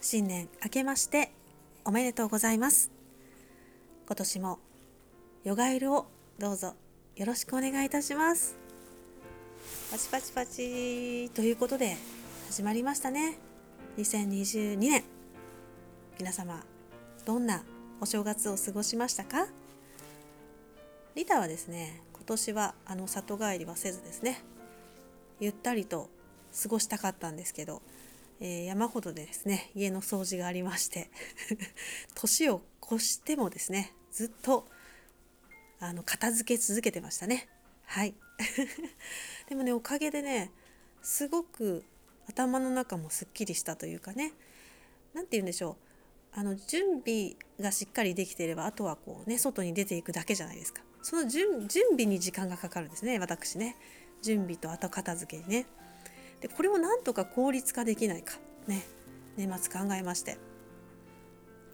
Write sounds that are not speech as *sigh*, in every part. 新年明けましておめでとうございます今年もヨガイルをどうぞよろしくお願いいたしますパチパチパチということで始まりましたね2022年皆様どんなお正月を過ごしましたかリタはですね今年はあの里帰りはせずですねゆったりと過ごしたかったんですけど、えー山ほどでですね家の掃除がありまして *laughs* 年を越してもですねずっとあの片付け続けてましたねはい *laughs* でもねおかげでねすごく頭の中もすっきりしたというかね何て言うんでしょうあの準備がしっかりできていればあとはこうね外に出ていくだけじゃないですかその準準備に時間がかかるんですね私ね準備と後片付けにねでこれをなんとか効率化できないかね年末考えまして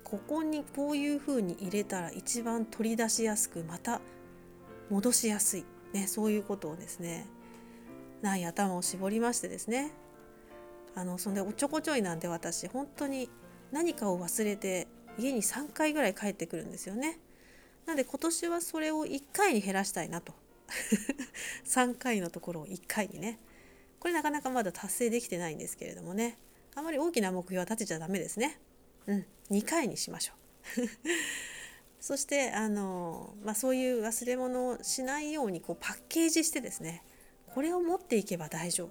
ここにこういう風に入れたら一番取り出しやすくまた戻しやすい、ね、そういうことをですねない頭を絞りましてですねあのそんでおっちょこちょいなんで私本当に何かを忘れて家に3回ぐらい帰ってくるんですよね。なので今年はそれを1回に減らしたいなと3回のところを1回にねこれなかなかまだ達成できてないんですけれどもねあまり大きな目標は立てちゃダメですね。うん、2回にしましょう。 *laughs* そしてあの、まあ、そういう忘れ物をしないようにこうパッケージしてですねこれを持っていけば大丈夫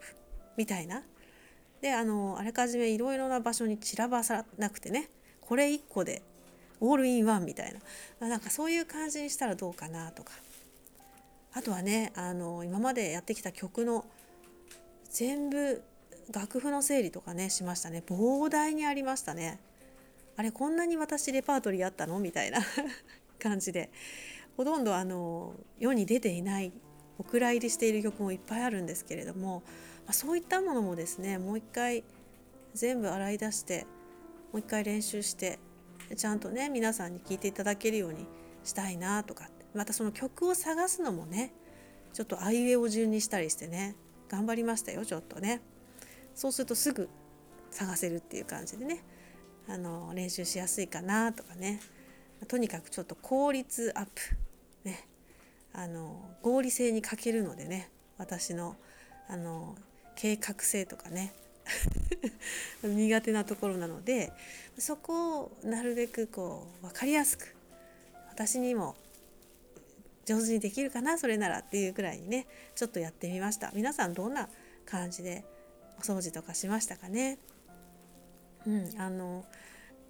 みたいなであのあらかじめいろいろな場所に散らばさなくてねこれ1個でオールインワンみたいな、まあ、なんかそういう感じにしたらどうかなとかあとはねあの今までやってきた曲の全部楽譜の整理とかねしましたね膨大にありましたね。あれこんなに私レパートリーあったのみたいな *laughs* 感じでほとんどあの世に出ていないお蔵入りしている曲もいっぱいあるんですけれども、まあ、そういったものもですねもう一回全部洗い出してもう一回練習してちゃんとね皆さんに聴いていただけるようにしたいなとかってまたその曲を探すのもねちょっとあいうえを順にしたりしてね頑張りましたよちょっとねそうするとすぐ探せるっていう感じでねあの練習しやすいかなとかねとにかくちょっと効率アップ、ね、あの合理性に欠けるのでね私のあの計画性とかね *laughs* 苦手なところなのでそこをなるべくこう分かりやすく私にも上手にできるかなそれならっていうくらいにねちょっとやってみました皆さんどんな感じでお掃除とかしましたかねうん、あの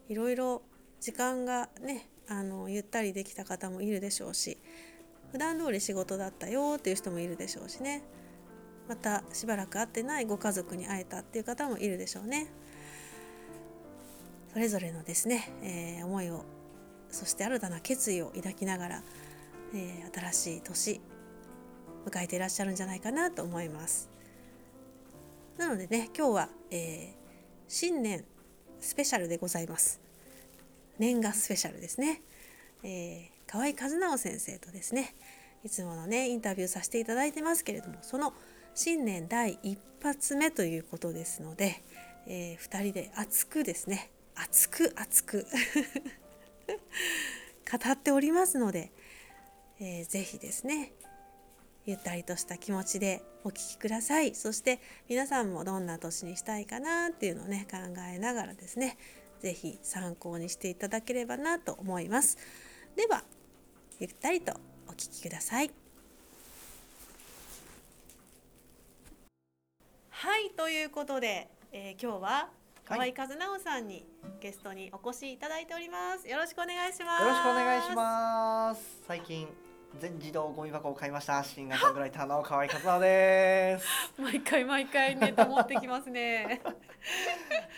いろいろ時間がねあのゆったりできた方もいるでしょうし普段通り仕事だったよっていう人もいるでしょうしねまたしばらく会ってないご家族に会えたっていう方もいるでしょうねそれぞれのですね、えー思いをそして新たな決意を抱きながら、えー新しい年迎えていらっしゃるんじゃないかなと思いますなのでね今日は、えー新年スペシャルでございます。年賀スペシャルですね。えー、河合和直先生とですね、いつものね、インタビューさせていただいてますけれども、その新年第一発目ということですので、え2人で熱くですね、熱く熱く *laughs* 語っておりますので、えー、ぜひですね、ゆったりとした気持ちでお聞きくださいそして皆さんもどんな年にしたいかなっていうのをね考えながらですね是非参考にしていただければなと思いますではゆったりとお聞きくださいはいということで、えー今日は河合は和い直さんにゲストにお越しいただいておりますよろしくお願いしますよろしくお願いします。最近全自動ゴミ箱を買いましたシンガーソングライターの河合和直です。 *laughs* 毎回毎回ねと思ってきます *laughs* ね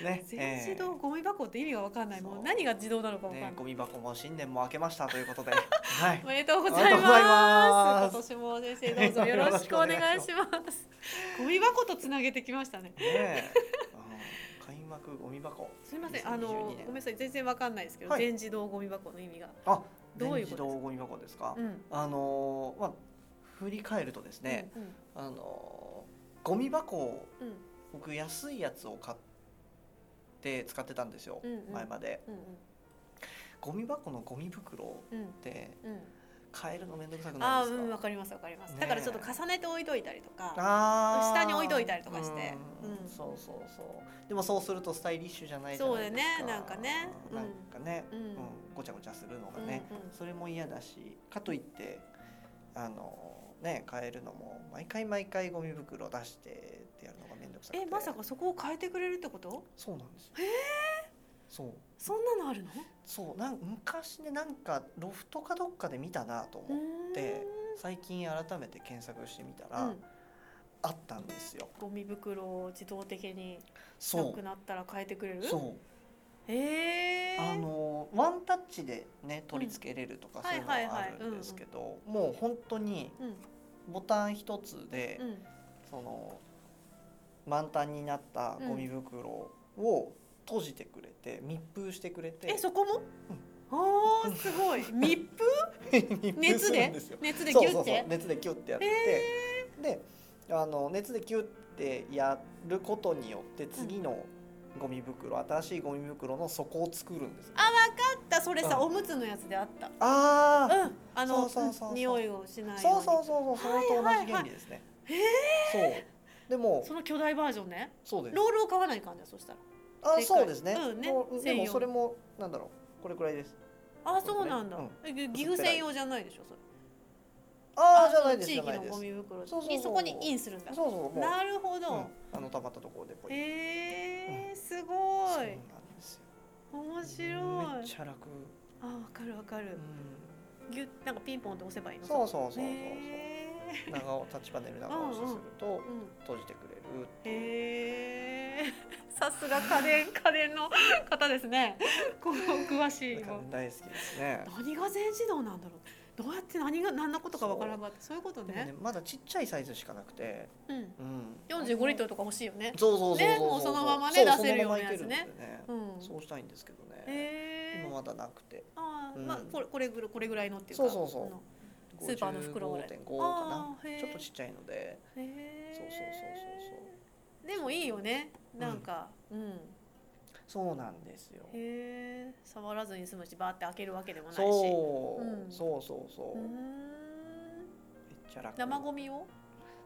ね、全自動えゴミ箱って意味がわかんないもそうう何が自動なのかわーかんない、ね、ゴミ箱も新年も開けましたというこ *laughs* とで、はいお、めでとうごおざいめでとうございまますす今年も先生どうぞよろしくお願いしますゴミ箱とつなげてきましたねね、あー開幕ゴミ箱。すみませんあのご2022年めんなさい全然わかんないですけど、はい全自動ゴミ箱の意味があ、ど全ういうことです自動ゴミ箱ですかう。んあのーまあ振り返るとですね、うんうんあのーゴミ箱をうん僕安いやつを買って使ってたんですよ、うんうん前まで。うんゴミ箱のゴミ袋うんうんってうん買えるのめんどくさくあなあーいですか。うんわかりますわかります、ねえだからちょっと重ねて置いといたりとかあー下に置いといたりとかしてうんうんそうそうそうでもそうするとスタイリッシュじゃないじゃそうなだいねですかなんかねうんなんかね、ううんんごちゃごちゃするのがね、うんうんそれも嫌だしかといってあのね買えるのも毎回毎回ゴミ袋出してってやるのが面倒くさくてえまさかそこを変えてくれるってことそうなんですよそうそんなのあるのそうなん昔ねなんかロフトかどっかで見たなとう思ーってんで最近改めて検索してみたら、うんあったんですよゴミ袋を自動的にそなうくなったら変えてくれるそうええー、あのワンタッチでね取り付けれるとかんそういうのはいはいがはあいるんですけどもう本当にうんボタン一つで、うんその満タンになったゴミ袋を閉じてくれて密封してくれてえそこも、ああすごい密封 *laughs* 密封熱するでんですよ。熱でそうギュそッうそうて熱でキュッてやって、であの熱でキュッてやることによって次のゴミ袋、新しいゴミ袋の底を作るんですよ。あだそれさ、うんおむつのやつであったあうーんあのそうそうそうそう匂いをしないようそにうそうそうそう、それと同じ原理ですね。そう。でもそ、の巨大バージョンねそうです。ロールを買わない感じだそしたらあ、でっかいそうですね。うんねもうで専用も、それも、なんだろう、これくらいです。あそうそうなんだ、うんえ岐阜専用じゃないでしょそれああ、じゃないです。地じゃ域ないのでゴす。ミ袋にそうそうそうそこにインするんだそうそう、もう。なるほうどん、あの、溜まったところで、ポイ。えー、すそごうないんですよ。面白めっいちゃ楽。あわかるわかうるん。ギュッなんかピンポンって押せばいいのそそうそうそうそうそう。へー長尾タッチパネル長押しするとう、ん閉じてくれる。へえ *laughs* さすが家電家電の方ですね *laughs* こう詳しいなんよか大好きですね。何が全自動なんだろうどうやって何が何のことかわからなかったそういうことでもねね、まだちっちゃいサイズしかなくて。うんうん。 45リットルとか欲しいよねそうそうそうそうねもうそのままねそう出せるようなやつねそのままいけるんでねうんそうしたいんですけどね、へえ今まだなくてあー、うんまあこれこれぐらいこれぐらいのっていうかそうそうそうあのスーパーの袋ぐらい55.5かなあーへーちょっとちっちゃいのでへえそうそうそうでもいいよねなんかうん、そうなんですよへえ触らずに済むしバーって開けるわけでもないしそう、うんそうそうそううーめっんちゃ楽生ゴミを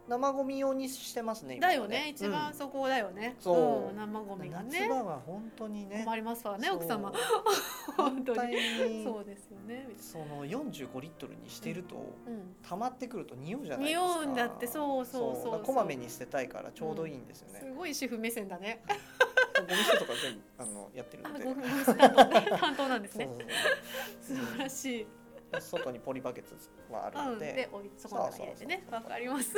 生ゴミ用にしてますね今だはよね一番そこだよね、そうん生ゴうんミが夏ね場は本当にね困りますわね奥様そう本当 *laughs* 本に当にそうですよねその45リットルにしてると、うん溜まってくると匂うじゃないですか匂うんだってそうそうそうだからこまめに捨てたいからちょうどいいんですよね、すごい主婦目線だね。ゴミ捨てとか全部あのやってるあ、のでごめんなさい *laughs* 担当担当なんですそうねそう。素晴らしい。そう外にポリバケツはあるうのん、で,、で、おい、そこから入れてね、そうそうそうわかり *laughs* ます。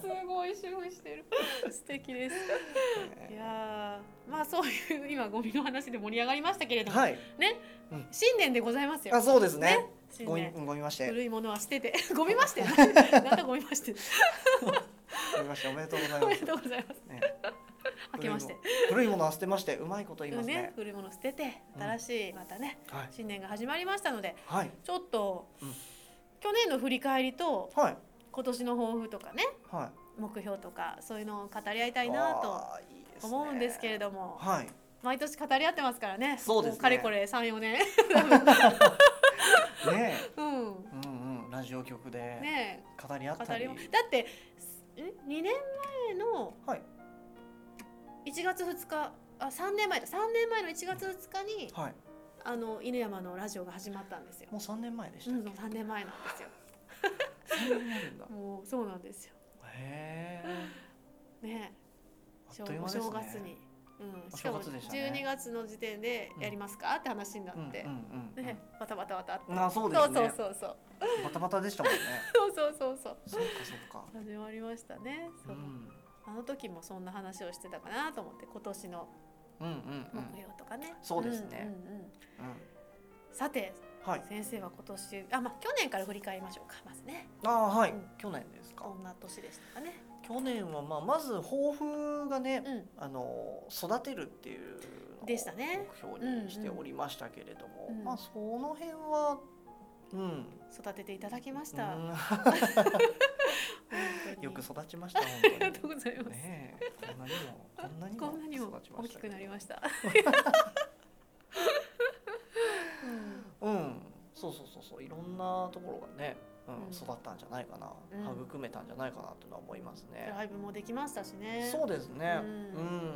すごい主婦してる。素敵です。いねやー、まあ、そういう今ゴミの話で盛り上がりましたけれども、はい新年でございますあよ。そうですねね新ゴミ年。ゴミまして古いものは捨て *laughs* て、ゴミま *laughs* して。なんだゴミまして。ゴミましておめでとうございおまめすで *laughs* とうございます。ね明けまして。古いものは捨てましてうまいこと言いますねね、古いもの捨てて、新しい、またね、はい新年が始まりましたので、はいちょっと。うん去年の振り返りとはい今年の抱負とかねは目標とかそういうのを語り合いたいいなとあーいいですね思うんですけれども、はい毎年語り合ってますからねそうですねもかれこれ34年 *laughs* ねうんうんうんラジオ局でね語り合えった語りりもだってん2年前のはい1月2日あ3年前だ3年前の1月2日にはいあの犬山のラジオが始まったんですよ、もう三年前でしうたん、3年前なんですよ三年になるんだもうそうなんですよへ *laughs* えねえあっという間ですねお正月におうん、し正かも月でしたね12月の時点でやりますか、って話になって、うんうんね、バタバタバタって、うん、あそうでそすうそねうそうそうバタバタでしたも *laughs* んねそうそうそうそうそっかそっか始まりましたねうそう、んあの時もそんな話をしてたかなと思って今年のうんうんうん目標とかね、そうですねんうんうんうんさてはい先生は今年あまあ去年から振り返りましょうかまずねああはい、うん去年ですかこんな年でしたかね去年はまあまず抱負がね、うんあの育てるっていうのをでしたね目標にしておりましたけれども、うんうんまあその辺はうん育てていただきました、本当うんによく育ちました本あ *laughs* り当にがとうございます、ねえこんなにもこんなにも *laughs* こんなにも育ちま大しきたくけどなりま *laughs* した。うんそうそうそうそういろんなところがうね、うんん育ったんじゃないかな、うん育めたんじゃないかなっていうのは思いますね。ライブもできましたしね。そうですね。ううんん。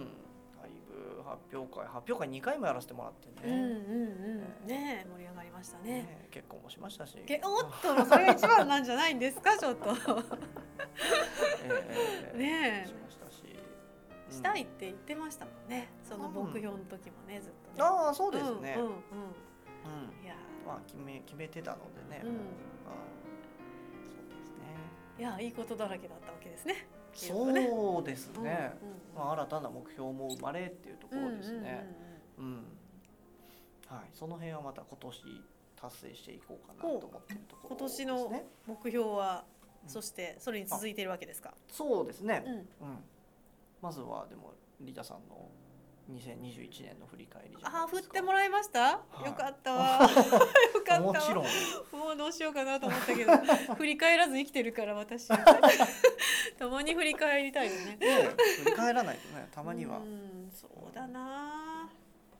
だいぶ発表会、発表会二回もやらせてもらってうんうんね。うん。ねえ盛り上がりましたね。ね結婚もしましたし。けおっとそれが一番なんじゃないんですかちょっと。 *laughs* え *laughs* えねえしましたし。うんしたいっ。て言ってましたもんね。その目標の時もねずっとね。ああ、そうですね。ううんうんう。んん。いやまあ決め決めてたのでね。うんうんそうですね。いやいいことだらけだったわけですね。そうですうんね。うんまあ新たな目標も生まれっていうところですね。うんはい、その辺はまた今年達成していこうかなと思ってるとこほうろで今年すね。の目標はうんそしてそれに続いているわけですか。そうですね。うん。うん、まずはでもリタさんの2021年の振り返りじゃなあいー振でっすか。てもらいました。いよかったわ。 *laughs* よかったわ。もちろん。もうどうしようかなと思ったけ *laughs* ど振り返らず生きてるから私たまに振り返りたいよねね振り返らないと *laughs* ね、たたまには。うはい。んそうだな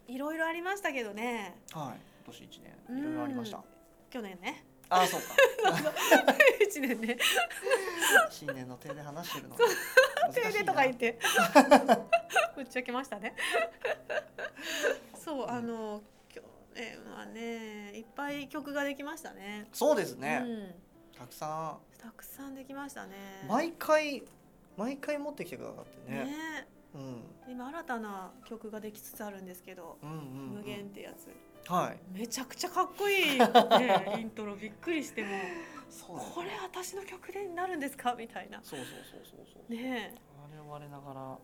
いろいろありましたけどね今年一年いろいろありましうたん。去年ね *laughs* ああ、そうか。一年ね新年の手で話してる *laughs* の。。「停電」とか言っててぶっちゃけましたねそうあの去年はねいっぱい曲ができましたねそうですね。うんたくさたくさんできましたねん毎回毎回持ってきてくださってね。ねうん今新たな曲ができつつあるんですけどうんうん「うん。無限」っ。てやつはい。めちゃくちゃかっこ *laughs* いい、ね、イントロびっくりしてもそうだねこれ私の曲でなるんですかみたいなそうそうそうそうそう。ねあれは我ながら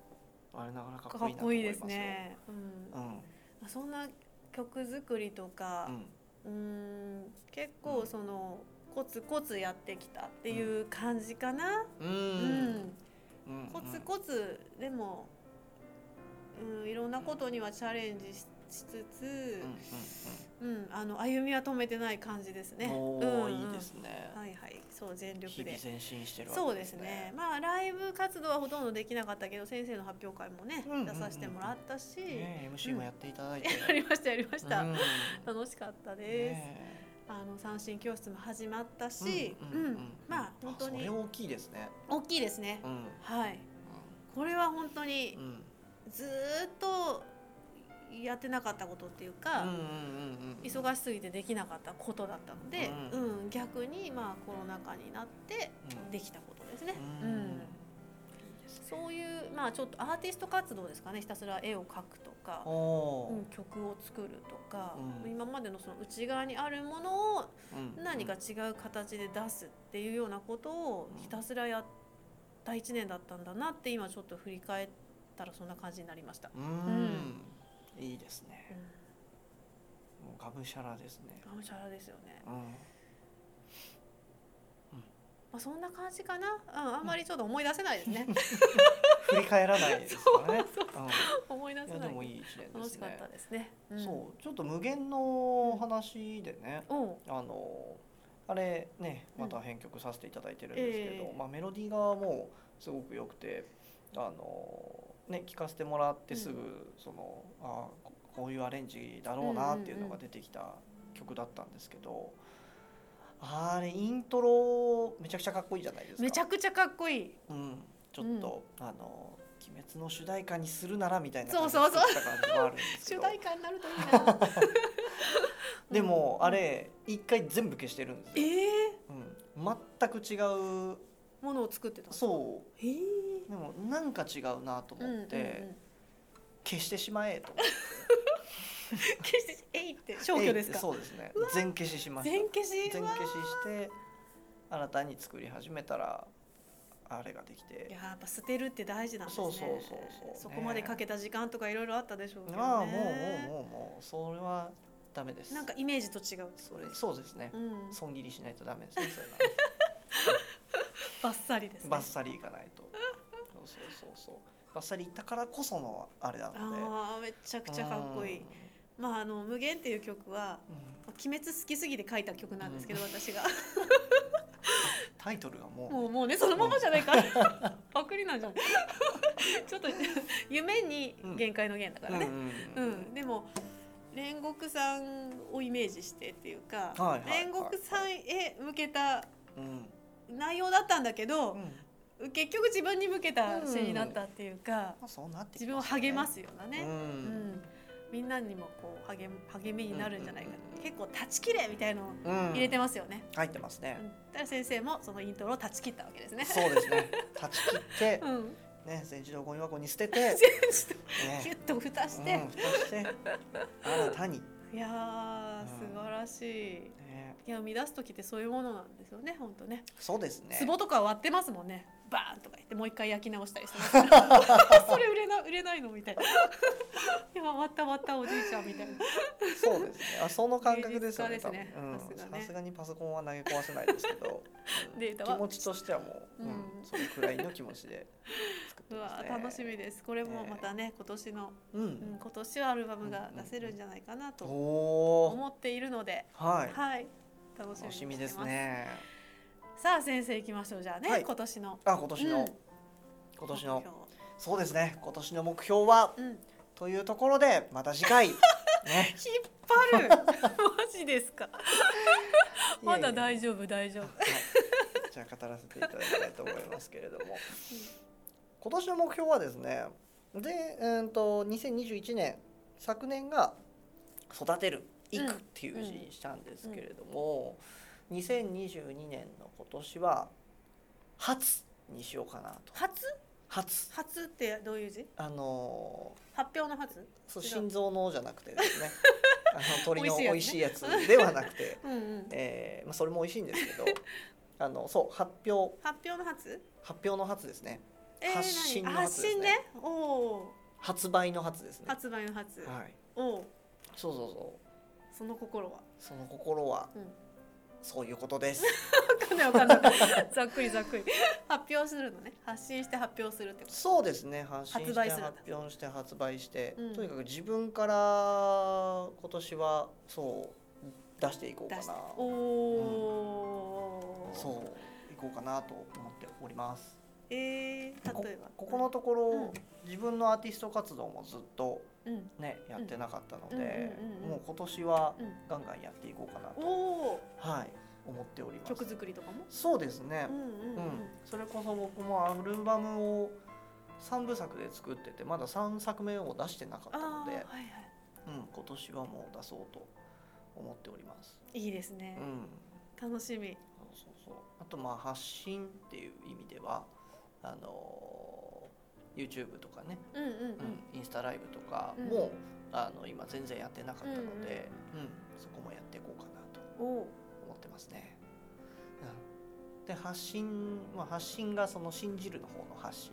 我ながらえかかっこいいっなとこ思いいいでますすよ。ね、うんうまん。あ、そんな曲作りとかう、ん。うーん、結構そのコツコツやってきたっていう感じかな、ううんんコツコツでも、うん、いろんなことにはチャレンジししつつツ、うんあの歩みは止めてない感じですね。うおんうーんいいですね。はいはい、そう全力日で々。前進してるわけそうですね。。まあライブ活動はほとんどできなかったけど、先生の発表会もね、うんうんうん出させてもらったし、ね MC もやっていただいて。やりましたやりました。うん楽しかったです。ねあの三振教室も始まったえし、うんうんうんまあ本当それに大きいですね。大きいですね。うんはい、これは本当にうんうんずーっとやってなかったことっていうか。うんうんうん。忙しすぎてできなかったことだったので、ううん逆にまあコロナ禍になってうんできたことですね。ううんん。いいですねそういうまあちょっとアーティスト活動ですかねひたすら絵を描くとか、おーうん、曲を作るとか、うん今までのその内側にあるものをうん何か違う形で出すっていうようなことをうんひたすらやった1年だったんだなって今ちょっと振り返ったらそんな感じになりました。ううんん。いいですうね。んもうがむしゃらですね。がむしゃらですよね。うん。まあそんな感じかな。うんあんまりちょっと思い出せないですね。振り返らないですよね。う *laughs* ん思い出いせやなでいもいい一年で楽すしかったね。ですね。そうちょっと無限の話でね、うん。おうあのあれねうんまた編曲させていただいてるんですけど、ええまあメロディーがもうすごく良くて、あのね聞かせてもらってすぐ、うそのあここういうアレンジだろうなっていうのが出てきた曲だったんですけど、あれイントロめちゃくちゃかっこいいじゃないですか。めちゃくちゃかっこいい。うん、ちょっと、あの鬼滅の主題歌にするならみたいなそうそうそう作った感じもあるんですけ *laughs* 主ど。題歌になるといい *laughs* な。でもあれ一回全部消してるんですえよ、えうん、全く違うものを作ってたの。う。そええうでもなんか違うなと思って、うんうんうん消してしまえと消してえいって *laughs* 消去ですえいかそうですね全消ししました全消し全は消しして新たに作り始めたらあれができいてややっぱ捨てるって大事なんですねそうそうそうそうねそこまでかけた時間とかいろいろあったでしょうけどねまあもうもうもうもうそれはダメですなんかイメージと違うそれそうですねう、ん損切りしないとダメですねそれはバッサリですねバッサリいかないとそうそうそうそうバッサリいったからこそのあれなのであーめちゃくちゃかっこいいまああの無限っていう曲はうんうんまあ鬼滅好きすぎて書いた曲なんですけど、私がタイトルがもうもうもうねそのままじゃないかパクリなんじゃないちょっと夢に限界の限だからね、ううんんうんうんでも煉獄さんをイメージしてっていうか、はいはいはい煉獄さんへ向けたうん内容だったんだけどう、ん結局自分に向けた詩になったっていうか、まあそうなってき自分をすよね励ますようなね、ううんんみんなにもこう励む励みになるんじゃないかな、うんうんうん結構断ち切れみたいのをうん入れてますよね、入ってますねうん、ただ先生もそのイントロを断ち切ったわけですね。そうです *laughs* ね断ち切ってうん、ね全自動ゴミ箱に捨てて *laughs* 全自動ギュッねと蓋して、うん蓋して新たにいやーうん素晴らしい。ねいや生み出す時ってそういうものなんですよね本当ねそうですね壺とか割ってますもんねバーンとか言ってもう一回焼き直したりして *laughs* ますからそれ売れな売れないのみ *laughs* たいないや割った割ったおじいちゃんみたいなそうですねあその感覚ですよ芸ね術家ですね多分うんさすがねさすがにパソコンは投げ壊せないですけどう *laughs* んデータ気は持ちとしてはもううんうんそれくらいの気持ちで作っ *laughs* てうまわすねー楽しみですこれもまたね今年の、ううんん、今年はアルバムが出せるんじゃないかなとおー思っているので、はいはい楽しみ楽にししてまみすですねさあ先生行きましょうじゃあね、はい今年のあ今年の、うん今年の目標そうですね今年の目標 *laughs* はうん、引っというところでまた次 *laughs* 回ね張 *laughs* るマジですかまだ丈大丈夫大丈夫夫じゃあ語らせていただきたいと思いますけれども今年の目標はですねでうんと2021年昨年が育てるうん行くっていう字にしたんですけれども、2022年の今年は初にしようかなと初初初ってどういう字あのー発表の初そう違う心臓のじゃなくてで *laughs* すねあの鳥の美美味味ししいいやつではなくて、うんうんえーまあ、それも美味しいんで *laughs* すけどあのそう発表発表の初発表の初ですねえー、発信の何初あ発信ねでおお発売の初ですねー発売の初、はいおおーそうそうそうその心はその心は、うんそういうこと *laughs* ですわかんないわかんない *laughs* ざっくりざっくり発表するのね発信して発表するってことそうですね発信発して売するんだ発表して発売して、うんとにかく自分から今年はそう出していこう出かなしておお、そういこうかなと思っておりますえー、こ例えばここのところ、うん自分のアーティスト活動もずっとうんねやってなかったのでうんうんうんうんうんもう今年はうんガンガンやっていこうかなおと、おはい、思っております曲作りとかもそうですねう、んうんううんん、それこそ僕もアルバムを3部作で作っててまだ3作目を出してなかったあのあーで、はいはうん、今年はもう出そうと思っております、いいいですねう、ん、楽しみそうそうそうあとまあ発信っていう意味ではあのー YouTube とかねうんうんうん、うん、インスタライブとかうんも、あの今全然やってなかったので、うんそこもやっていこうかなとおお思ってますね。うん、で発信、まあ、発信がその信じるの方の発信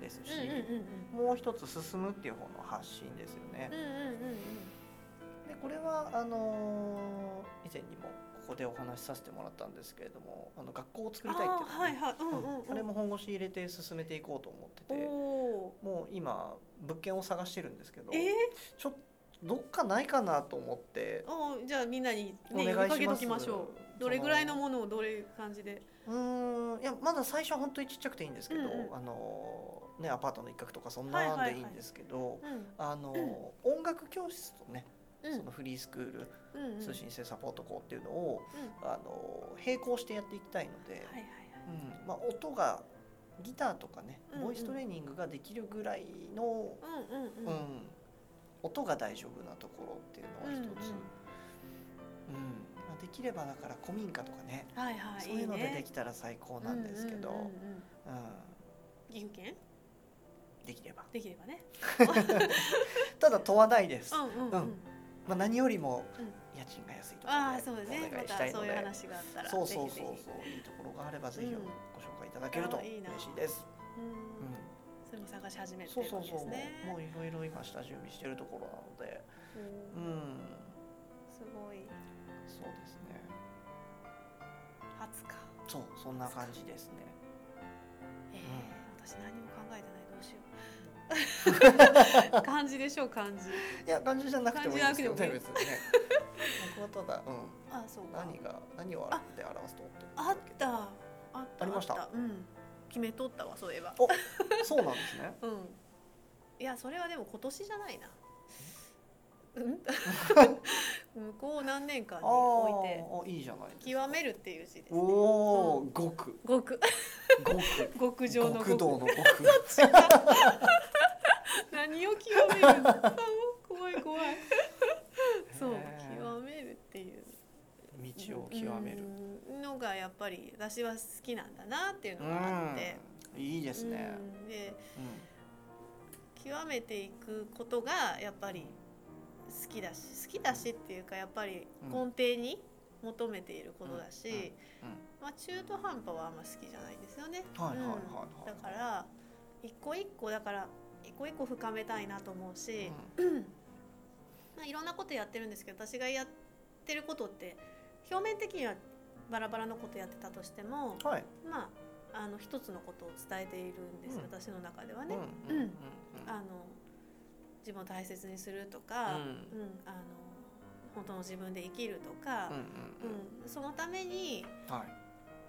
ですし、うんうんうんもう一つ進むっていう方の発信ですよねうんう。んうんうんうんでこれはあのー以前にもここでお話しさせてもらったんですけれどもあの学校を作りたいっていうのあねーはいはい、うんうんうんうん、あれも本腰入れて進めていこうと思っておて。おもう今物件を探してるんですけど、ーえちょっとどっかないかなと思ってー、おーじゃあみんなにおね願い呼しまびかすけときましょうどれぐらいのものをどれいう感じでうーんいやまだ最初は本当にちっちゃくていいんですけど、うんうんあのねアパートの一角とかそんはいはいなはんいでいいんですけど、うんあの、音楽教室とね、うんそのフリースクールうんうん通信制サポート校っていうのを、うんはあの並行してやっていきたいので、いはいはいうんまあ、音がギターとかね、うんうんボイストレーニングができるぐらいのうんうんううんん、音が大丈夫なところっていうのは一つ、ううんんまあ、できればだから古民家とかねはいはいそういうのいいでねできたら最高なんですけど、ううんうんうんうん岐阜県でできればできればね。ただ問わないです、うんうんううんん。まあ、何よりもうん家賃が安いところああそうですね。お願まいしたたいのそういうで、話があったら。そうそうそうぜひそうぜいいところがあればぜひうんご紹介いただけるとあーい嬉いなしいです、ひうんうん。それも探し始めてそうるそんうでそうすね。もういろいろ今下準備してるところなのでうんうんすごい。そうですね初か。そうそんな感じですねえー私何も考えてないどうしよ *laughs* う。漢字でしょう漢字。いや感じじゃなくてもいいんですよね感じ別にね *laughs* 僕はただ、うん、あそうか。何が何を表で表すと思ってあった。あった。ありましたあっうん。決めとったわそういえば。そうなんですねうん。いやそれはでも今年じゃないな。 *laughs* うん。向こう何年かにあ置いてーあいいじゃないですか極めるっていう字です、ね。おお極極 *laughs* 極極上の極道極。の極 *laughs* 何を極めるの。 *laughs* あ怖い怖い。そうへー極めるっていう。道を極めるうんのがやっぱり私は好きなんだなっていうのがあって。うんいいですねうんでうん極めていくことがやっぱり好きだし好きだしっていうかやっぱりうん根底に求めていることだし、うんうんうんまあ、中途半端はあんま好きじゃないんですよね。はいはいはいはいうんだから一個一個だから一個一個深めたいなと思うし、うんまあ、いろんなことやってるんですけど私がやってることって表面的にはバラバラのことやってたとしても、はいまあ、あの一つのことを伝えているんです、うん私の中ではうね。んうんうんあの自分を大切にするとか、うんうんあの本当の自分で生きるとかうん、うんうんそのためにうんは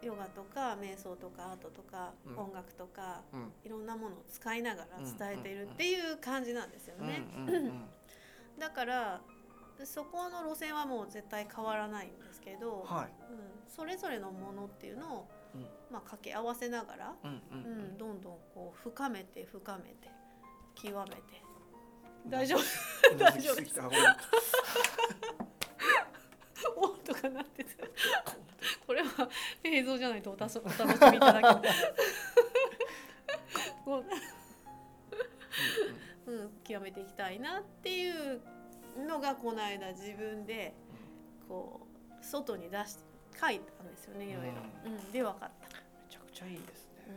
いヨガとか瞑想とかアートとか、うん音楽とかうんいろんなものを使いながら伝えているうんっていう感じなんですよね。うんうんうんだからそこの路線はもう絶対変わらないんですけど、はいうん、それぞれのものっていうのを、うんまあ、掛け合わせながら、うんううんうんん、どんどんこう深めて深めて極めてうん大丈夫うな大丈ずき夫すでぎすたごめんおーとかなってた。 *laughs* これは映像じゃないとおたそお楽しみいただけない。こううん、極めていきたいなっていうのがこの間自分でこう外に出し書いたんですよねいろいろ、うん、で分かった、めちゃくちゃいいですねう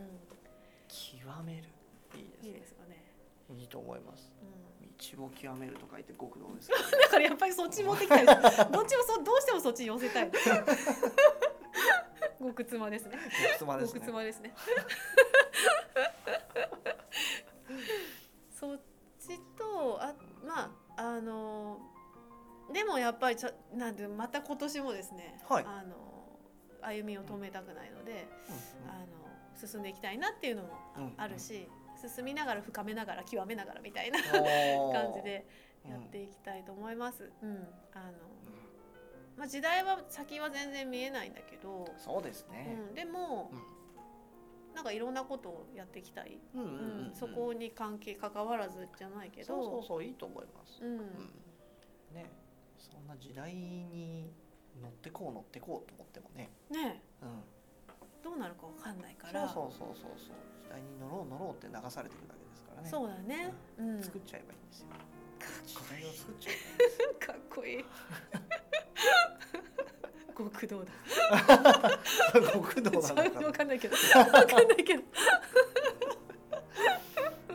極めるいいん、いいでですよね、すねいいと思いますう道を極めると書いて極道 *laughs* ですん、けだからやっぱりそっち持ってきたいです *laughs* どっちもそどうしてもそっちに寄せたい *laughs* 極妻ですねど極妻です極ね妻ですね *laughs* そっちとあまああのでもやっぱりちょなんでまた今年もですね、はいあの歩みを止めたくないので、うんうんあの進んでいきたいなっていうのもあ,、うんるし進みながら深めながら極めながらみたいなおー感じでやっていきたいと思います。うんあのまあ、時代は先は全然見えないんだけど、うんそうですねうん、でも、うんなんかいろんなことをやっていきたい、うんううんんうんうんそこに関係関わらずじゃないけどそうそうそういいと思いますうんうんねそんな時代に乗ってこう乗ってこうと思ってもね、ねうん、えどうなるかわかんないそかうらそうそうそうそう時代に乗ろう乗ろうって流されていくだけですからねそうだね、うん、作っちゃえばいいんですよか時代を作っちゃえかっこいい極道だばいいんですよ *laughs* 極道なのかなわかんないけどわかんないけど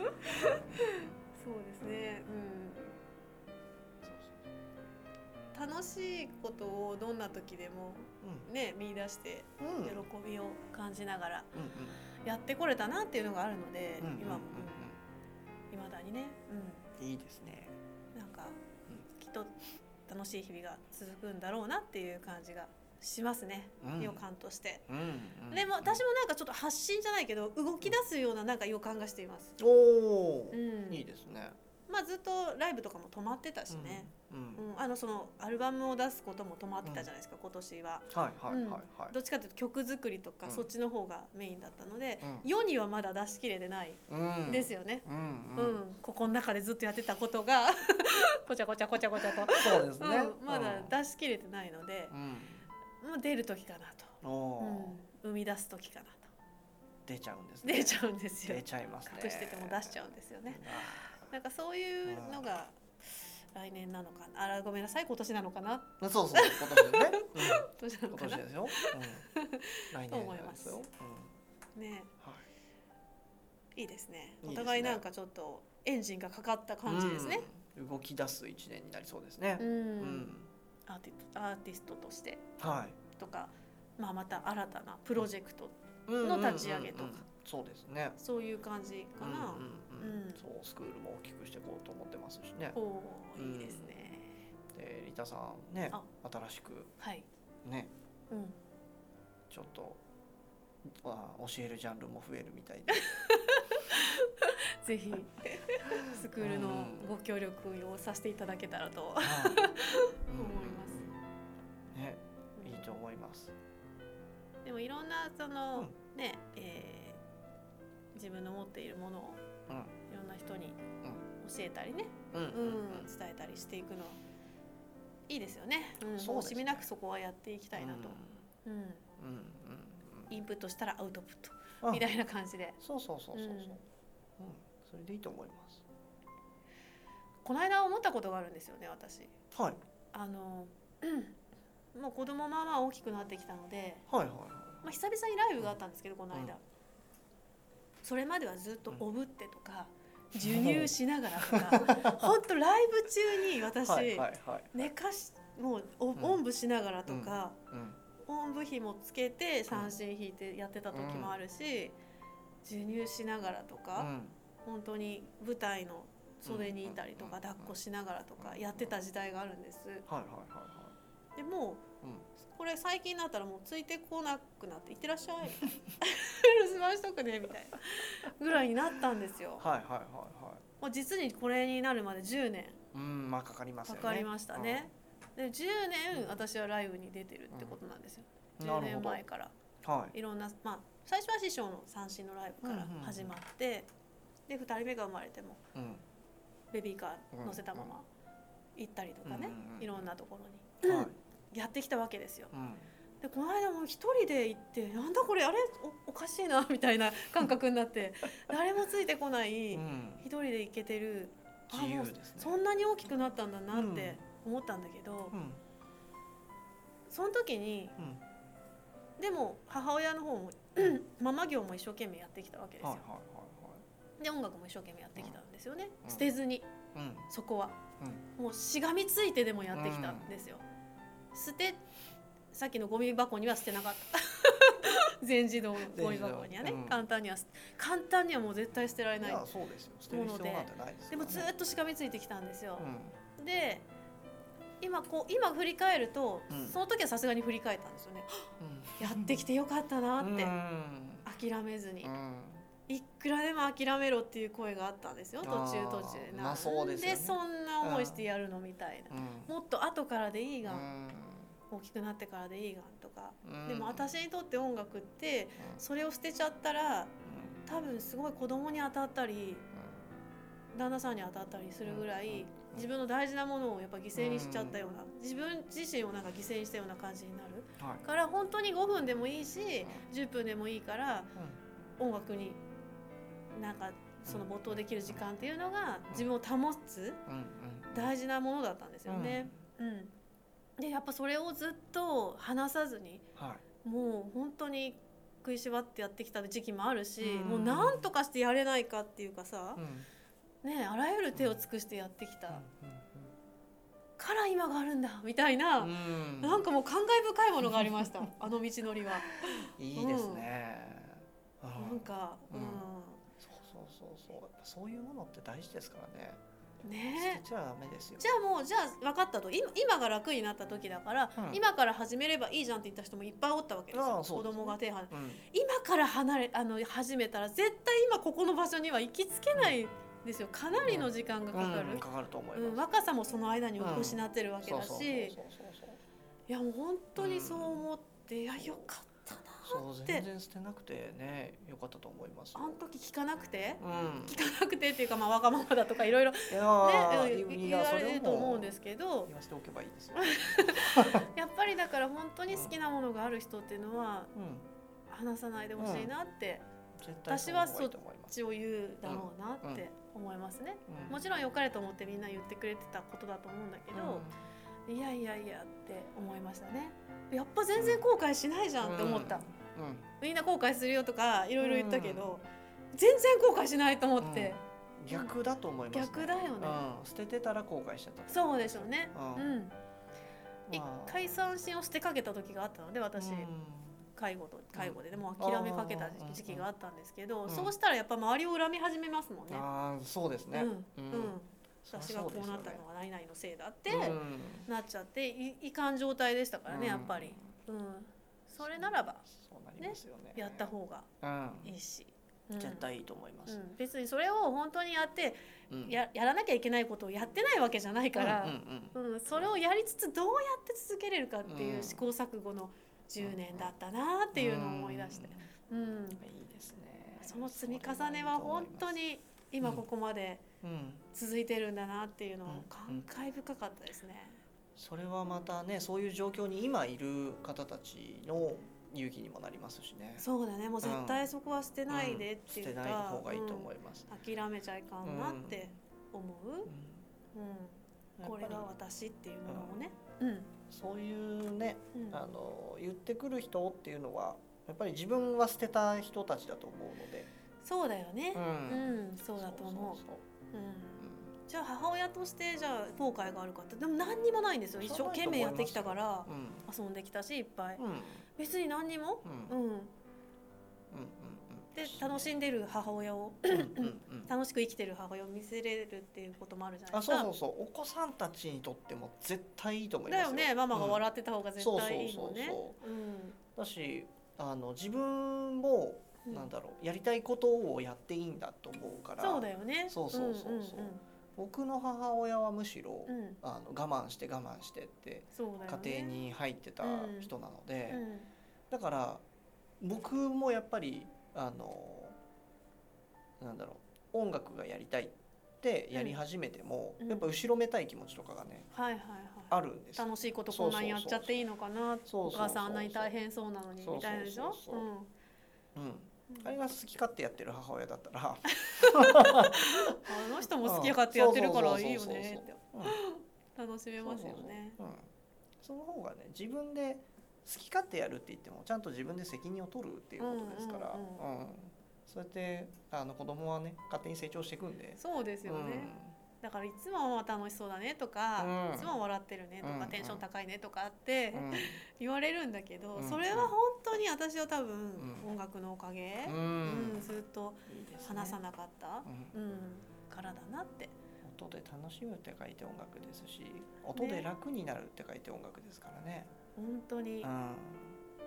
そうですねうんそうそう楽しいことをどんな時でもね見出してうんうん喜びを感じながらうんやってこれたなっていうのがあるので、うんうんうん今もいまだにね、うんいいですねうん、なんか、うきっと楽しい日々が続くんだろうなっていう感じがしますね、うん予感として。うんうんでも私もなんかちょっと発信じゃないけど動き出すようななんか予感がしています。おおうーん、いいですねまあずっとライブとかも止まってたしね、うんううんんあのそのアルバムを出すことも止まってたじゃないですか、今年は。はいはいはいはどっちかというと曲作りとか、うんそっちの方がメインだったので、うん世にはまだ出しきれてないいうんですよね。うんううんんここの中でずっとやってたことが *laughs* こちゃこちゃこちゃこちゃと、そうですうねんまうんだ出し切れてないのでう、んもう出る時かなおと、おうん生み出す時かなと出ちゃうんですね出ちゃうんですよ出ちゃいますね隠してても出しちゃうんですよねあなんかそういうのが来年なのかなあごめんなさい今年なのかなーそうそう今年ね、 *laughs* 今年う、なんの今か年なですよ、う *laughs* ん、来年と思いますですよ、うんねはいいいですねいいですおね互いなんかちょっとエンジンがかかった感じですね、うん、動き出す一年になりそうですねうんうん、アーティアーティストとしてはいとか、まあ、また新たなプロジェクトうんの立ち上げとかうんうんうんそうですねそういう感じかな、うんうんうんうんそうスクールも大きくしていこうと思ってますしねおーいいですね、でリタさんねあ新しくはい、ねうん、ちょっとあ教えるジャンルも増えるみたい *laughs* でぜ *laughs* ひスクールのご協力をさせていただけたらとはいうん思いますねいいと思いますでもいろんなその、うね、えー自分の持っているものをうんいろんな人に教えたりね、うんうん伝えたりしていくのいいですよね,、うん、そうもでう惜しすねみなくそこはやっていきたいなと、うんうんうんうんインプットしたらアウトプットうんみたいな感じでそうそうそうそうそうううんんそれでいいと思いますこの間思ったことがあるんですよね私。はいあの、 *clears throat* うんもう子供まあまあ大きくなってきたので、はいはいはいまあ、久々にライブがあったんですけどこの間、うんそれまではずっとうんおぶってとか、授乳しながらと *laughs* かほんとライブ中に私、はいはいはい寝かしもうお、んおんぶしながらとか、うんおんぶひもつけて三振引いてやってた時もあるし、授乳しながらとうか、ん本当に舞台の袖にいたりとか、うん抱っこしながらとかやってた時代があるんです。はいはいはいはいでもううんこれ最近になったらもうついてこなくなって「いってらっしゃい」みたいな留守番しとくね」みたいな *laughs* ぐらいになったんですよ。はいはいはいはいもう実にこれになるまで10年うんまあかかりますよかねかりましたね。で10年私はライブに出てるってことなんですよ。うん10なる年ほど前からはいいろんなまあ最初は師匠の三振のライブからうんうんうん始まって、で2人目が生まれてもうんベビーカー乗せたまま行ったりとかね、うんうんうんいろんなところにはいやってきたわけですよ。うんでこの間も一人で行ってなんだこれあれおおかしいなみたいな感覚になって *laughs* 誰もついてこない一うん人で行けてるあ自由もうですねそんなに大きくなったんだなって思ったんだけど、うんその時にうんでも母親の方もママ業も一生懸命やってきたわけですよ、はいはいはいはいで音楽も一生懸命やってきたんですよね、うん捨てずにうんそこは、もうしがみついてでもやってきたんですよ、捨てさっきのゴミ箱には捨てなかった *laughs* 全自動ゴミ箱にはね全自動うん簡単には捨て簡単にはもう絶対捨てられいないやそうですよ捨てる必要なんてないですでからもずねっとしがみついてきたんですよう、んで今こう今振り返ると、うんその時はさすがに振り返ったんですよねやってきてよかったなって、うん諦めずに、うんいくらでも諦めろっていう声があったんですよ途中途中あーなんまあそうですよねでそんな思いしてやるのみたいな、うもっと後からでいいがん、ん大きくなってからでいいがんとか、うんでも私にとって音楽ってうんそれを捨てちゃったら多分すごい子供に当たったり旦那さんに当たったりするぐらい、うん自分の大事なものをやっぱ犠牲にしちゃったような、自分自身をなんか犠牲にしたような感じになるはいから本当に5分でもいいし、10分でもいいから音楽になんかその没頭できる時間っていうのが自分を保つうんうん大事なものだったんですよね。うん、でやっぱそれをずっと離さずにはもう本当に食いしばってやってきた時期もあるし、うんもうなんとかしてやれないかっていうかさい、うんねえあらゆる手を尽くしてやってきうたんから今があるんだみたいな、うんなんかもう感慨深いものがありま *laughs* したあの道のりは。いいですねうなんか、ううんんそうそうそうそうやっぱそういうものって大事ですからね捨ねてちゃダメですよじゃあもうじゃあ分かったと今今が楽になった時だから、うん今から始めればいいじゃんって言った人もいっぱいおったわけですあよあそ子うですね供が手離うん今から離れあの始めたら絶対今ここの場所には行きつけないですよかなりの時間がかかる、うんかかると思いうんます若さもその間に失ってるわけだし、そうそういそうそうそうやもう本当にそう思って、いやよかったなそうって全然捨てなくてね良かったと思いますよあの時聞かなくてうん聞かなくてっていうか、まあ、わがままだとかいろいろねいやーうんい言やわそれはると思うんですけど言わせておけばいいですよ、やっぱりだから本当に好きなものがある人っていうのはうん話さないでほしいなって絶対その方がいいと思います一応言うだろうなって思いますね、うんもちろん良かれと思ってみんな言ってくれてたことだと思うんだけど、いやいやいやって思いましたねやっぱ全然後悔しないじゃんって思った、うんうんみんな後悔するよとかいろいろ言ったけど、全然後悔しないと思って、逆だと思います、ね、逆だよねうん、捨ててたら後悔しちゃったそうでしょうねううんん、一まあ回三振を捨てかけた時があったので私、うん介護と介護ででも諦めかけたあー時期があったんですけど、うんそうしたらやっぱ周りを恨み始めますもんね。ああそうですね、うん、うん私がこうなったのは何々のせいだって、なっちゃっていいかん状態でしたからね、やっぱり、うん、それならばそうなりますよねやった方がうんいいし、うん絶対いいと思いまうす、ん、別にそれを本当にやってうんややらなきゃいけないことをやってないわけじゃないから、うんうんうんそれをやりつつどうやって続けれるかっていううん試行錯誤の10年だったなっていうのを思い出して、うん、うんいいですねその積み重ねは本当に今ここまでうん続いてるんだなっていうのをうん感慨深かったですね。それはまたねそういう状況に今いる方たちの勇気にもなりますしねそうだねもう絶対そこは捨てないでっていううん捨てか、ない方がいいと思います、うん諦めちゃいかんなって思う、うんこれがやっぱ私っていうものをね、うんりそういうねうんあの言ってくる人っていうのはやっぱり自分は捨てた人たちだと思うので、そうだよね、うんんそうだと思うそうそううんそうじゃあ母親としてじゃあ後悔があるかってでも何にもないんですよ一生懸命やってきたからうん遊んできたしいっぱいうんうん別に何にもうんううんんうんで楽しんでる母親をうんうんうん楽しく生きてる母親を見せれるっていうこともあるじゃないあですそうかそうそうお子さんたちにとっても絶対いいと思いまだすよねママがうん笑ってた方が絶対いいもんねそうそううんだしあの自分も、うんなんだろうやりたいことをやっていいんだと思うからそうだよねそうそうそうそうん僕の母親はむしろ、うんうんうんあの我慢して我慢してってそうだよね家庭に入ってた人なので、うんだから僕もやっぱりあのなんだろう音楽がやりたいってやり始めても、うんやっぱ後ろめたい気持ちとかがねはいはいはあるんでいすよ楽しいことこんなんやっちゃっていいのかなそうおそうそう母さんあんなに大変そうなのにそうそみうそうたいなでしょそうそううんうん、あれが好き勝手やってる母親だっ *laughs* たら、あの人も好き勝手やってるからいいよそうそうそうそうねってうん楽しめますよね。そうそうそううん、その方がね自分で好き勝手やるって言ってもちゃんと自分で責任を取るっていうことですから、うんううんそうやってあの子供はね勝手に成長していくんで。そうですよね、だからいつもは楽しそうだねとか、うんいつも笑ってるねとか、うんうんテンション高いねとかってうん言われるんだけど、うんそれは本当に私は多分、うん音楽のおかげ、ううんんずっといいですね話さなかった、うんうんからだなって音で楽しむって書いて音楽ですし音で楽になるって書いて音楽ですからね本当に、うん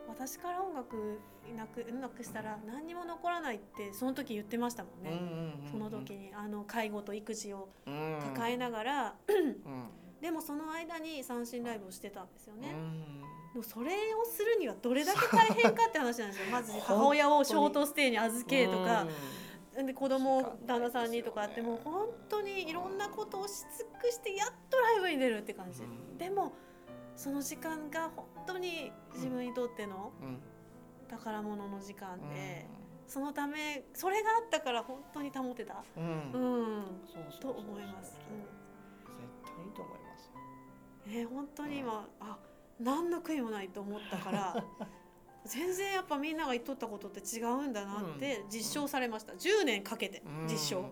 私から音楽なくなくしたら何にも残らないってその時言ってましたもんうんね、うんうんうんその時にあの介護と育児をうん抱えながら、うんでもその間に三振ライブをしてたんですよね。うんでもそれをするにはどれだけ大変かって話なんです *laughs* よまず母親をショートステイに預けとか、で子供を旦那さんにとかあって時間もなう本当いですよねにいろんなことをし尽くしてやっとライブに出るって感じ、うんでもその時間が本当に自分にとってのうん宝物の時間で、うそのためそれがあったから本当に保てた、んううんんそうそうと思いますそうそう絶対いいと思いますよえー本当に今、あ何の悔いもないと思ったから *laughs* 全然やっぱみんなが言っとったことって違うんだなってうん実証されました、10年かけて実 *laughs* 証、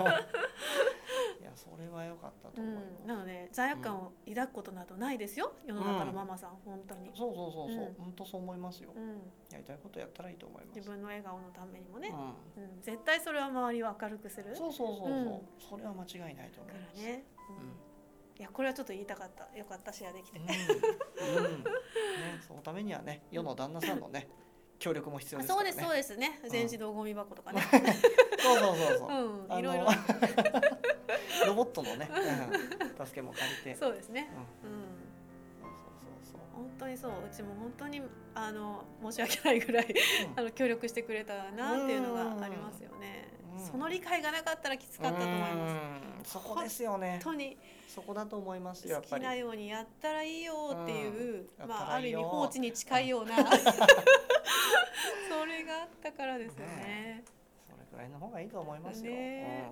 いやそれは良かったとう思いんます、なので罪悪感を抱くことなどないですよ世の中のママさん、本当に、そうそうそうそう、うん本当そう思いますようん、やりたいことやったらいいと思います自分の笑顔のためにもね、ううん絶対それは周りを明るくするん、そうそうそうそう、うんそれは間違いないと思かいますらね、うんいやこれはちょっと言いたかったよかったシェアできて、うん、うんね、そのためにはね世の旦那さん *laughs* のね協力も必要あですかそうらねですそうですねん全自動ゴミ箱とかね、そうそうそううそう、*laughs* あん、のいろい *laughs* ろロボットのね、うん助けも借りてそうですねうんうんそうそう本当にそううちも本当にあの申し訳ないぐらい *laughs* そうあの協力してくれたなっていうのがありますよねうんその理解がなかったらきつかったと思いますすそこですよね本当にそこだと思いますよや好っぱきりなようにやったらいいよっていう、うんまあやあったらるいい意よ味放置に近いよう *laughs* なそれがあったからですよねそれくらいの方がいいと思いますよ、ね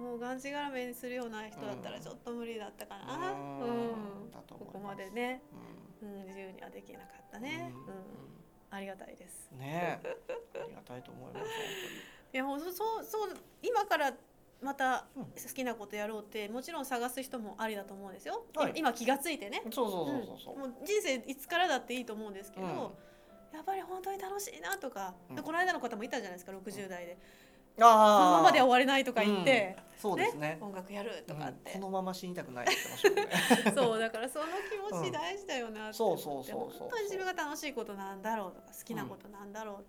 もうがんじがらめにするような人だったらうんちょっと無理だったかな、うんうんだと思いますここまでね、うんうん、自由にはできなかったうんね、うんうんありがたいですねえありがたいと思います本いやもうそそうそう今からまたうん好きなことやろうってもちろん探す人もありだと思うんですよ、はい今気がついてね当にそうそうそうそうそう、うんもう人生いつからだっていいと思うんですけど、うんやっぱり本当に楽しいなとか、うんでこの間の方もいたじゃないですか60代で、このああままでは終われないとか言って、そうですね音楽やるとかって、うんこのまま死にたくないって言ってましたもんね *laughs* *laughs* そうだからその気持ち大事だよなってそ思っうてそうそうそう本当に自分が楽しいことなんだろうとか好きなことなんだろう、うん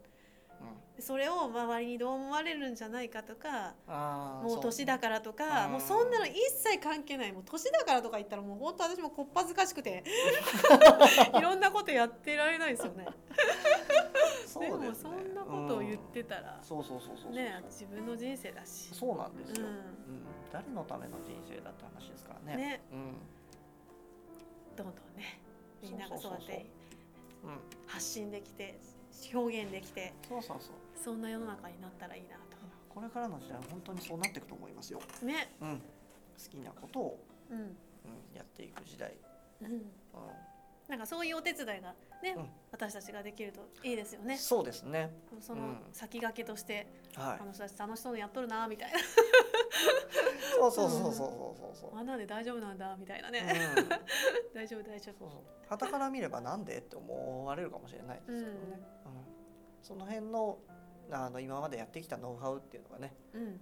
でそれを周りにどう思われるんじゃないかとかあーもう年だからとかうんもうそんなの一切関係ないもう年だからとか言ったらもう本当私もこっぱずかしく *laughs* ていろんなことやってられないですよねそうでそうもですそねんなことを言ってたうらん、そうそうそうそうね自分の人生だしそうなんですよ、ううんん誰のための人生だって話ですからねねうんどんどんねみんながそうやっそうそうてうん、発信できて表現できてそうそうそうそんな世の中になったらいいなとこれからの時代は本当にそうなっていくと思いますよ、ねうん、好きなことを、うんうん、やっていく時代、うんうなんかそういうお手伝いがね、うん私たちができるといいですよんねそうですねその先駆けとして、はあいの人たち楽しそうにやっとるなみたいなそうそうそうそうそうそうそう、あん *laughs* なんで大丈夫なんだみたいなうね、ん、大丈夫大丈夫そうそう傍から見ればなんでって思われるかもしれないですけどね、うんその辺のあの今までやってきたノウハウっていうのがね、うんうんうん、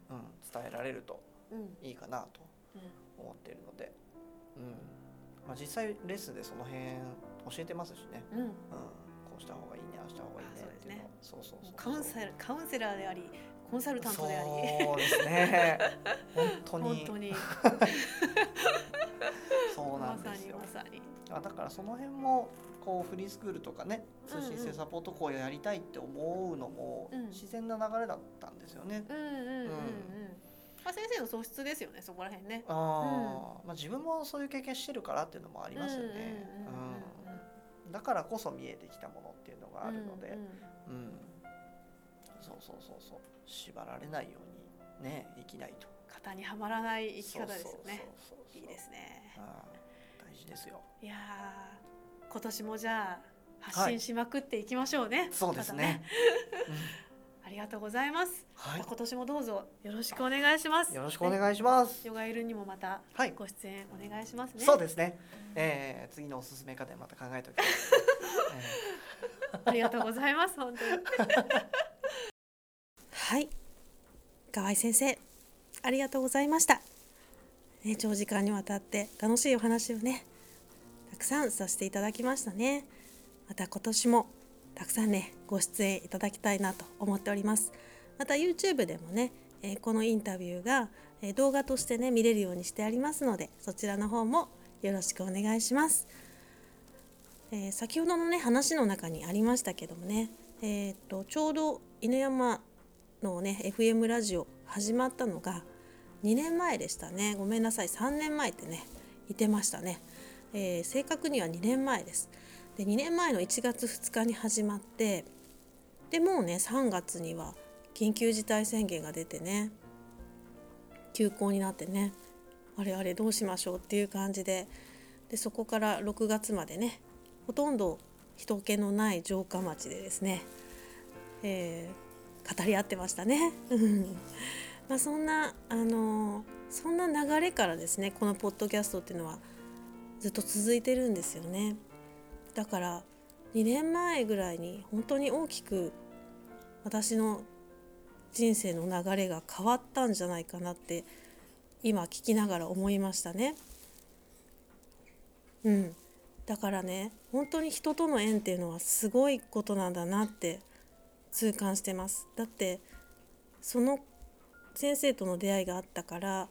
伝えられるとうんいいかなと思っているので、うんまあ、実際レッスンでその辺教えてますしね、うんもうん、こうした方がいいねああした方がいいねっていうのをそうそうそううカウンセラーカウンセラーでありコンサルタントでありそうですね本当 *laughs* 本に当にそうなまんさですによまさにあだからその辺もこうフリースクールとかね通う信んう制んサポート校をやりたいって思うのもうん自然な流れだったんですよね。うんうんうんうん、うんまあ、先生の素質ですよねそこら辺ねあーまあ、自分もそういう経験してるからっていうのもあありますよね。うんだからこそ見えてきたものっていうのがあるので、うんそうそうそうそう縛られないようにね生きないと型にはまらない生き方ですよねそうそうそうそういいですねあー大事ですよいやー今年もじゃあ発信しまくっていきましょうね、そうですね,、またねありがとうございますは今年もどうぞよろしくお願いします。いよろしくおね願いします、ヨガイルにもまたはいご出演お願いしますね。そうですね、えー、次のおすすめ家電また考えてお *laughs* きます、えありがとうございます。本当に。 *laughs* はい河合先生ありがとうございました、ね、長時間にわたって楽しいお話をねたくさんさせていただきましたねまた今年もたくさんねご出演いただきたいなと思っておりますまた YouTube でもね、えーこのインタビューが、えー動画としてね見れるようにしてありますのでそちらの方もよろしくお願いしますえー先ほどのね話の中にありましたけどもね、えーっとちょうど犬山のね FM ラジオ始まったのが2年前でしたねごめんなさい3年前ってね言ってましたね、えー正確には2年前ですで2年前の1月2日に始まってでもうね3月には緊急事態宣言が出てね休校になってねあれあれどうしましょうっていう感じででそこから6月までねほとんど人気のない城下町でですね、えー語り合ってましたね。 *laughs* うんまあそんなあのーそんな流れからですねこのポッドキャストっていうのはずっと続いてるんですよね。だから2年前ぐらいに本当に大きく私の人生の流れが変わったんじゃないかなって今聞きながら思いましたね。うん、だからね本当に人との縁っていうのはすごいことなんだなって痛感してますだってその先生との出会いがあったから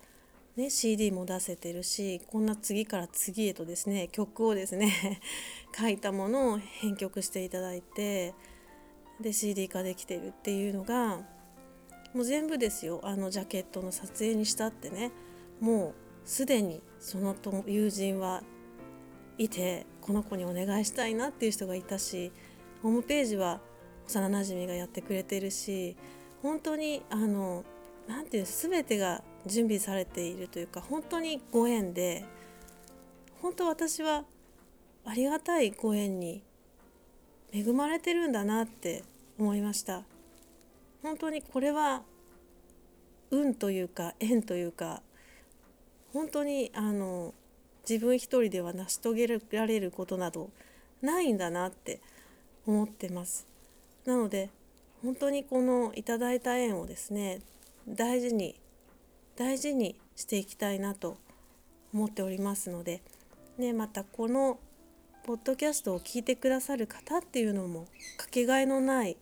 ね、CD も出せてるしこんな次から次へとですね曲をですね *laughs* 書いたものを編曲していただいてで CD 化できてるっていうのがもう全部ですよあのジャケットの撮影にしたってねもうすでにその友友人はいてこの子にお願いしたいなっていう人がいたしホームページは幼なじみがやってくれてるし本当にあのなんていう全てが準備されているというか本当にご縁で本当私はありがたいご縁に恵まれてるんだなって思いました本当にこれは運というか縁というか本当にあの自分一人では成し遂げられることなどないんだなって思ってますなので本当にこのいただいた縁をですね大事に大事にしていきたいなと思っておりますので、ね、またこのポッドキャストを聞いてくださる方っていうのもかけがえのない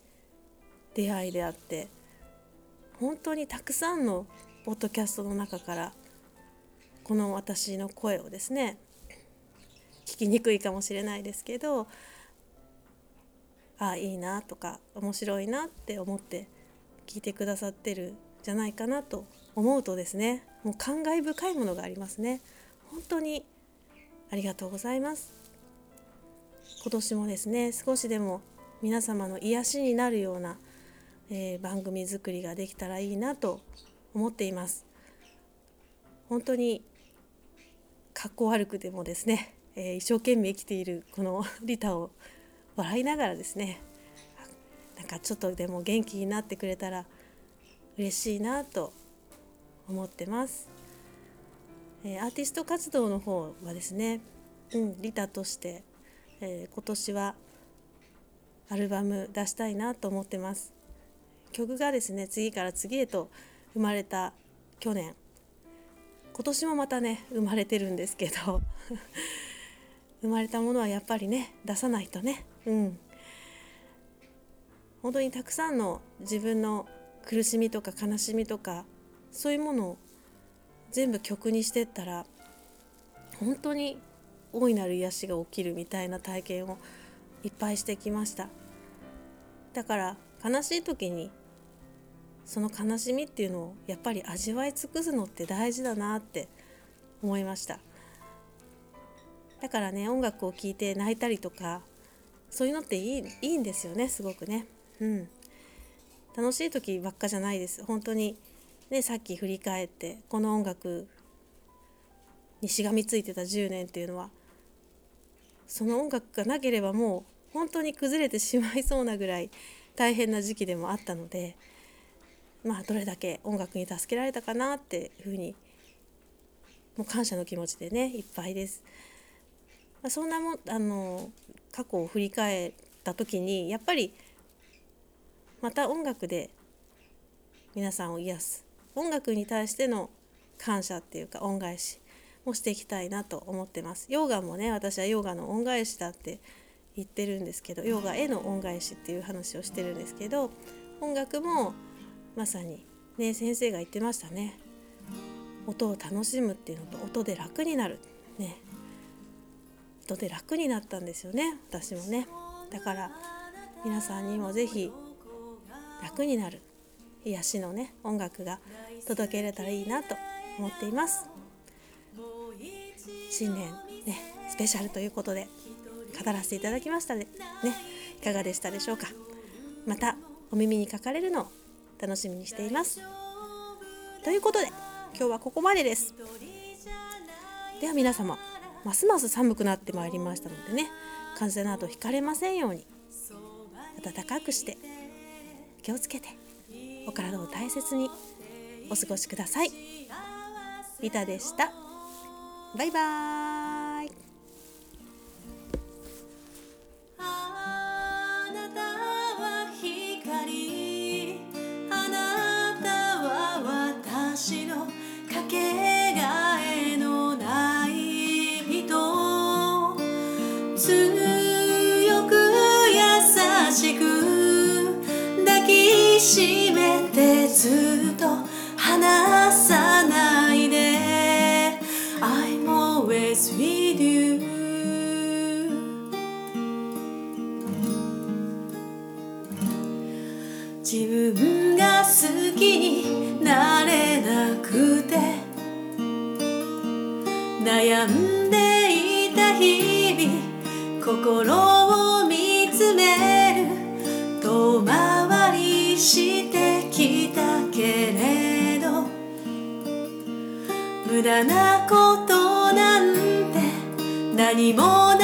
出会いであって本当にたくさんのポッドキャストの中からこの私の声をですね聞きにくいかもしれないですけどああいいなとか面白いなって思って聞いてくださってるんじゃないかなと思うとですねもう感慨深いものがありますね本当にありがとうございます今年もですね少しでも皆様の癒しになるような、えー番組作りができたらいいなと思っています本当に格好悪くてもですね、えー一生懸命生きているこのリタを笑いながらですねあなんかちょっとでも元気になってくれたら嬉しいなと思ってます、えーアーティスト活動の方はですね、うん、リタとして、えー今年はアルバム出したいなと思ってます曲がですね次から次へと生まれた去年今年もまたね生まれてるんですけど *laughs* 生まれたものはやっぱりね出さないとねうん本当にたくさんの自分の苦しみとか悲しみとかそういうものを全部曲にしてったら本当に大いなる癒しが起きるみたいな体験をいっぱいしてきましただから悲しい時にその悲しみっていうのをやっぱり味わい尽くすのって大事だなって思いましただからね音楽を聴いて泣いたりとかそういうのっていいいいんですよねすごくねうん楽しい時ばっかじゃないです本当にねさっき振り返ってこの音楽にしがみついてた10年っていうのはその音楽がなければもう本当に崩れてしまいそうなぐらい大変な時期でもあったのでまあどれだけ音楽に助けられたかなっていうふうにもう感謝の気持ちでねいっぱいです。まあ、そんなもんあの過去を振り返った時にやっぱりまた音楽で皆さんを癒す音楽に対しての感謝っていうか恩返しもしていきたいなと思ってます。ヨガもね私はヨガの恩返しだって言ってるんですけどヨガへの恩返しっていう話をしてるんですけど音楽もまさにね先生が言ってましたね音を楽しむっていうのと音で楽になるね音で楽になったんですよね私もねだから皆さんにもぜひ楽になる癒しのね音楽が届けられたらいいなと思っています新年ねスペシャルということで語らせていただきましたねねいかがでしたでしょうかまたお耳にかかれるのを楽しみにしていますということで今日はここまでですでは皆様ますます寒くなってまいりましたのでね風邪などひかれませんように暖かくして気をつけてお体を大切にお過ごしくださいリタでしたバイバーイあなたは光あなたは私のかけがえのない人強く優しく抱きしめてずっと離さないできになれなくて悩んでいた日々心を見つめる遠回りしてきたけれど無駄なことなんて何も